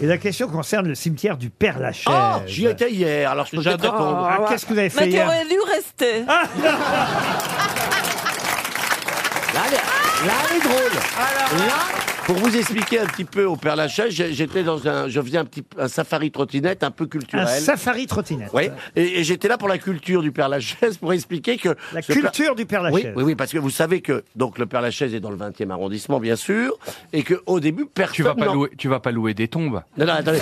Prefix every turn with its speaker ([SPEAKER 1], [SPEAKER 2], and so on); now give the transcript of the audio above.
[SPEAKER 1] Et la question concerne le cimetière du Père Lachaise.
[SPEAKER 2] Ah, j'y étais hier, alors je peux peut-être
[SPEAKER 3] J'adore.
[SPEAKER 2] répondre.
[SPEAKER 1] Ah, qu'est-ce que vous avez fait
[SPEAKER 3] Mais
[SPEAKER 1] hier
[SPEAKER 3] t'aurais dû rester.
[SPEAKER 2] Là, elle est- là, elle est drôle. Là, pour vous expliquer un petit peu au Père Lachaise, j'ai- j'étais dans un, je faisais un petit, un safari trottinette un peu
[SPEAKER 1] Un
[SPEAKER 2] culturel.
[SPEAKER 1] safari trottinette.
[SPEAKER 2] oui, et, et j'étais là pour la culture du Père Lachaise, pour expliquer que
[SPEAKER 1] La
[SPEAKER 2] ce père-
[SPEAKER 1] culture du Père
[SPEAKER 2] Oui,
[SPEAKER 1] Lachaise.
[SPEAKER 2] oui, oui, parce que vous savez que donc le Père Lachaise est dans le 20e arrondissement, bien sûr, et que au début personne.
[SPEAKER 4] Tu vas pas
[SPEAKER 2] n'en-
[SPEAKER 4] louer, tu vas pas louer des tombes.
[SPEAKER 2] Non, non, attendez.